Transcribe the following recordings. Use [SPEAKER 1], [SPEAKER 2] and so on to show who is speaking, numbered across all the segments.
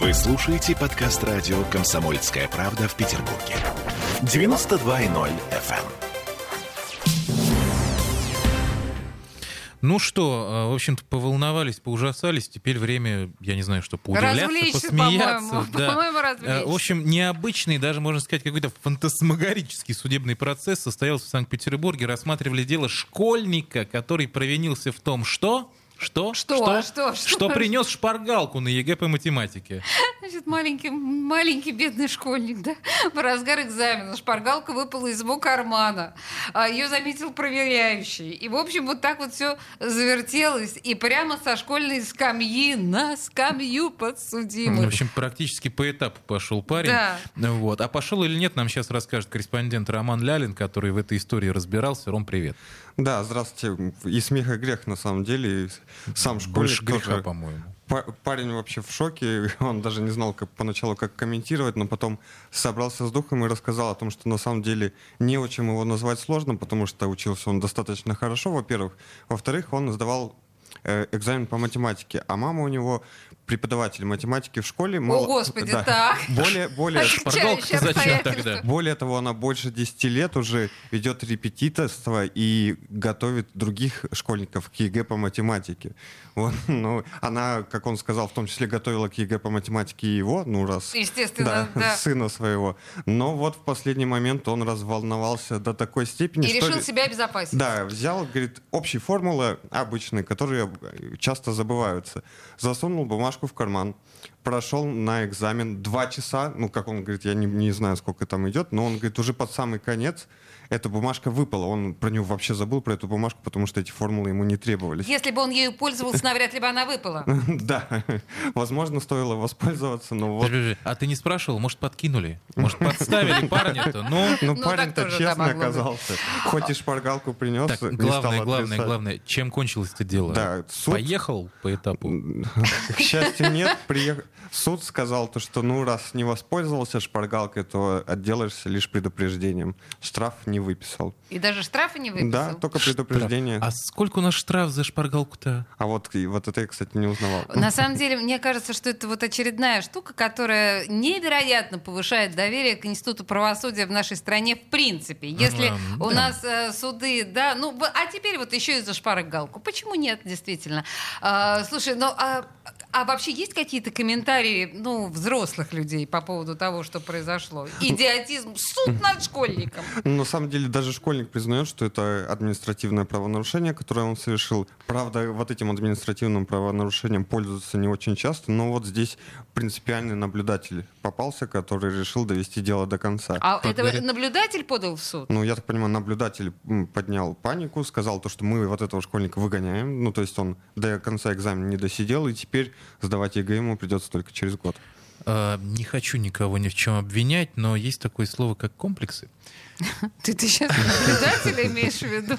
[SPEAKER 1] Вы слушаете подкаст радио «Комсомольская правда» в Петербурге. 92.0 эм. FM.
[SPEAKER 2] Ну что, в общем-то, поволновались, поужасались. Теперь время, я не знаю, что, поудивляться,
[SPEAKER 3] развлечься,
[SPEAKER 2] посмеяться.
[SPEAKER 3] По-моему,
[SPEAKER 2] да. А, Э,
[SPEAKER 3] по-моему, развлечься.
[SPEAKER 2] В общем, необычный, даже можно сказать, какой-то фантасмагорический судебный процесс состоялся в Санкт-Петербурге. Рассматривали дело школьника, который провинился в том, что... Что?
[SPEAKER 3] Что? А Что? Что?
[SPEAKER 2] что принес шпаргалку на ЕГЭ по математике.
[SPEAKER 3] Значит, маленький, маленький бедный школьник, да, в разгар экзамена шпаргалка выпала из его кармана. Ее заметил проверяющий. И, в общем, вот так вот все завертелось. И прямо со школьной скамьи на скамью подсудимых.
[SPEAKER 2] Ну, В общем, практически по этапу пошел парень.
[SPEAKER 3] Да.
[SPEAKER 2] Вот. А пошел или нет, нам сейчас расскажет корреспондент Роман Лялин, который в этой истории разбирался. Ром, привет.
[SPEAKER 4] Да, здравствуйте. И смех, и грех, на самом деле. И сам школьник
[SPEAKER 2] Больше греха,
[SPEAKER 4] тоже-
[SPEAKER 2] по-моему.
[SPEAKER 4] Па- Парень вообще в шоке, он даже не знал как, поначалу, как комментировать, но потом собрался с духом и рассказал о том, что на самом деле не о чем его назвать сложно, потому что учился он достаточно хорошо, во-первых. Во-вторых, он сдавал э, экзамен по математике, а мама у него преподаватель математики в школе. Мало-
[SPEAKER 3] Господи,
[SPEAKER 4] да.
[SPEAKER 3] так.
[SPEAKER 4] Более, более,
[SPEAKER 2] Шпаргалка-то зачем тогда?
[SPEAKER 4] более того, она больше 10 лет уже ведет репетиторство и готовит других школьников к ЕГЭ по математике. Вот, ну, она, как он сказал, в том числе готовила к ЕГЭ по математике и его, ну раз...
[SPEAKER 3] Естественно, да.
[SPEAKER 4] сына своего. Но вот в последний момент он разволновался до такой степени,
[SPEAKER 3] И
[SPEAKER 4] что...
[SPEAKER 3] решил
[SPEAKER 4] ли-
[SPEAKER 3] себя обезопасить.
[SPEAKER 4] да, взял, говорит, общие формулы обычные, которые часто забываются. Засунул бумажку в карман, прошел на экзамен два часа, ну, как он говорит, я не, не знаю, сколько там идет, но он говорит, уже под самый конец эта бумажка выпала. Он про нее вообще забыл, про эту бумажку, потому что эти формулы ему не требовались.
[SPEAKER 3] Если бы он ею пользовался, навряд ли бы она выпала.
[SPEAKER 4] Да, возможно, стоило воспользоваться, но вот...
[SPEAKER 2] Подожди, подожди. А ты не спрашивал? Может, подкинули? Может, подставили парня-то? Ну,
[SPEAKER 4] Ну,
[SPEAKER 3] Ну, так
[SPEAKER 4] парень-то
[SPEAKER 3] тоже, да,
[SPEAKER 4] честно
[SPEAKER 3] могло быть.
[SPEAKER 4] оказался. Хоть и шпаргалку принес,
[SPEAKER 2] так,
[SPEAKER 4] не
[SPEAKER 2] главное,
[SPEAKER 4] стал
[SPEAKER 2] главное,
[SPEAKER 4] отрицать.
[SPEAKER 2] главное, чем кончилось это дело?
[SPEAKER 4] Да, суд-
[SPEAKER 2] Поехал по этапу?
[SPEAKER 4] К счастью, нет. Приех- Суд сказал, то, что ну раз не воспользовался шпаргалкой, то отделаешься лишь предупреждением. Штраф не выписал.
[SPEAKER 3] И даже штрафы не выписал.
[SPEAKER 4] Да, только предупреждение.
[SPEAKER 2] А сколько у нас штраф за шпаргалку-то?
[SPEAKER 4] А вот, и вот это я, кстати, не узнавал.
[SPEAKER 3] На самом деле, мне кажется, что это вот очередная штука, которая невероятно повышает доверие к институту правосудия в нашей стране в принципе. Если
[SPEAKER 2] Ну,
[SPEAKER 3] у
[SPEAKER 2] да.
[SPEAKER 3] нас э, суды, да, ну, в- а теперь вот еще и за шпаргалку. Почему нет, действительно? А, слушай, ну, а, а вообще есть какие-то комментарии, ну, взрослых людей по поводу того, что произошло? Идиотизм, суд над школьником.
[SPEAKER 4] Ну, на самом деле, даже школьник признает, что это административное правонарушение, которое он совершил. Правда, вот этим административным правонарушением пользуются не очень часто, но вот здесь принципиальный наблюдатель попался, который решил довести дело до конца.
[SPEAKER 3] А
[SPEAKER 2] Благодаря-
[SPEAKER 3] это наблюдатель подал в суд?
[SPEAKER 4] Ну, я так понимаю, наблюдатель м, поднял панику, сказал то, что мы вот этого школьника выгоняем. Ну, то есть он до конца экзамена не досидел, и теперь сдавать ЕГЭ ему придется только через год.
[SPEAKER 2] А, не хочу никого ни в чем обвинять, но есть такое слово, как комплексы.
[SPEAKER 3] Ты, ты сейчас наблюдателя имеешь в виду?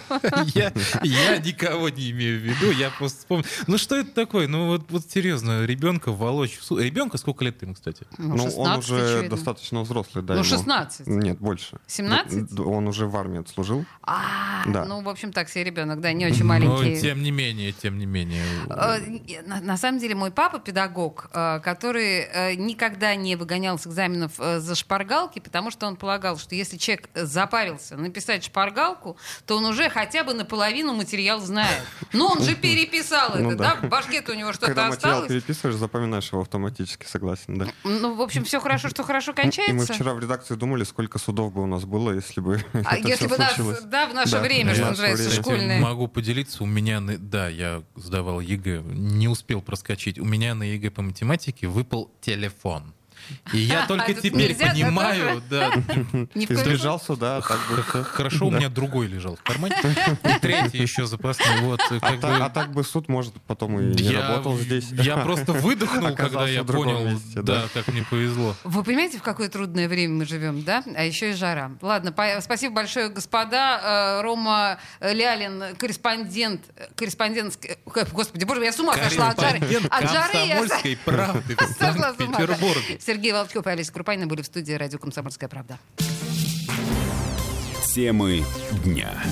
[SPEAKER 2] Я, я никого не имею в виду, я просто вспомнил. Ну что это такое? Ну вот, вот серьезно, ребенка волочь. в суд. Ребенка сколько лет ему, кстати?
[SPEAKER 3] Ну,
[SPEAKER 4] ну, он
[SPEAKER 3] 16,
[SPEAKER 4] уже
[SPEAKER 3] очевидно.
[SPEAKER 4] достаточно взрослый, да.
[SPEAKER 3] Ну,
[SPEAKER 4] ему.
[SPEAKER 3] 16.
[SPEAKER 4] Нет, больше.
[SPEAKER 3] 17?
[SPEAKER 4] Д- Он уже в армии отслужил.
[SPEAKER 3] А,
[SPEAKER 4] Да.
[SPEAKER 3] ну, в общем, так себе ребенок, да, не очень
[SPEAKER 2] Но
[SPEAKER 3] маленький.
[SPEAKER 2] Ну, тем не менее, тем не менее.
[SPEAKER 3] Э, На на самом деле мой папа педагог, э, который э, никогда не выгонял с экзаменов э, за шпаргалки, потому что он полагал, что если человек э, запарился написать шпаргалку, то он уже хотя бы наполовину материал знает. Но он же переписал
[SPEAKER 4] Ну
[SPEAKER 3] это,
[SPEAKER 4] да.
[SPEAKER 3] да? В башке-то у него что-то
[SPEAKER 4] Когда материал
[SPEAKER 3] осталось.
[SPEAKER 4] переписываешь, запоминаешь его автоматически, согласен, да.
[SPEAKER 3] Ну, в общем, все хорошо, что хорошо
[SPEAKER 4] И мы
[SPEAKER 3] кончается.
[SPEAKER 4] вчера в редакции думали, сколько судов бы у нас было, если бы
[SPEAKER 3] А
[SPEAKER 4] это
[SPEAKER 3] если
[SPEAKER 4] все
[SPEAKER 3] бы
[SPEAKER 4] случилось.
[SPEAKER 3] нас, да, в наше
[SPEAKER 4] Да,
[SPEAKER 3] время, что
[SPEAKER 4] в наше
[SPEAKER 3] называется,
[SPEAKER 4] время.
[SPEAKER 3] школьное.
[SPEAKER 2] Могу поделиться. У меня, на- да, я сдавал ЕГЭ, не успел проскочить. У меня на ЕГЭ по математике выпал телефон. И я только
[SPEAKER 3] Это
[SPEAKER 2] теперь
[SPEAKER 3] А нельзя, да,
[SPEAKER 2] понимаю, да,
[SPEAKER 3] Ни в коем
[SPEAKER 4] Избежал суда, а так бы
[SPEAKER 2] х-
[SPEAKER 4] всё.
[SPEAKER 2] хорошо, у меня другой лежал в кармане, и третий еще запасной, вот,
[SPEAKER 4] А
[SPEAKER 2] как
[SPEAKER 4] так, а
[SPEAKER 2] бы...
[SPEAKER 4] так бы суд, может, потом и не работал здесь.
[SPEAKER 2] Я просто выдохнул, когда
[SPEAKER 4] Оказался
[SPEAKER 2] я
[SPEAKER 4] в другом
[SPEAKER 2] понял,
[SPEAKER 4] месте,
[SPEAKER 2] да,
[SPEAKER 4] да.
[SPEAKER 2] как мне повезло.
[SPEAKER 3] Вы понимаете, в какое трудное время мы живем, да? А еще и жара. Ладно, по- спасибо большое, господа. Э, Рома Лялин, корреспондент, э, корреспондент, ск- э, господи, боже, мой, я с ума сошла от жары.
[SPEAKER 2] Корреспондент
[SPEAKER 3] От жары я с-
[SPEAKER 2] «Комсомольской правды» в
[SPEAKER 3] сошла с ума. да.
[SPEAKER 2] Санкт-Петербурге.
[SPEAKER 3] Сергей Волчков и Олеся Крупайна были в студии радио «Комсомольская правда».
[SPEAKER 1] Темы дня.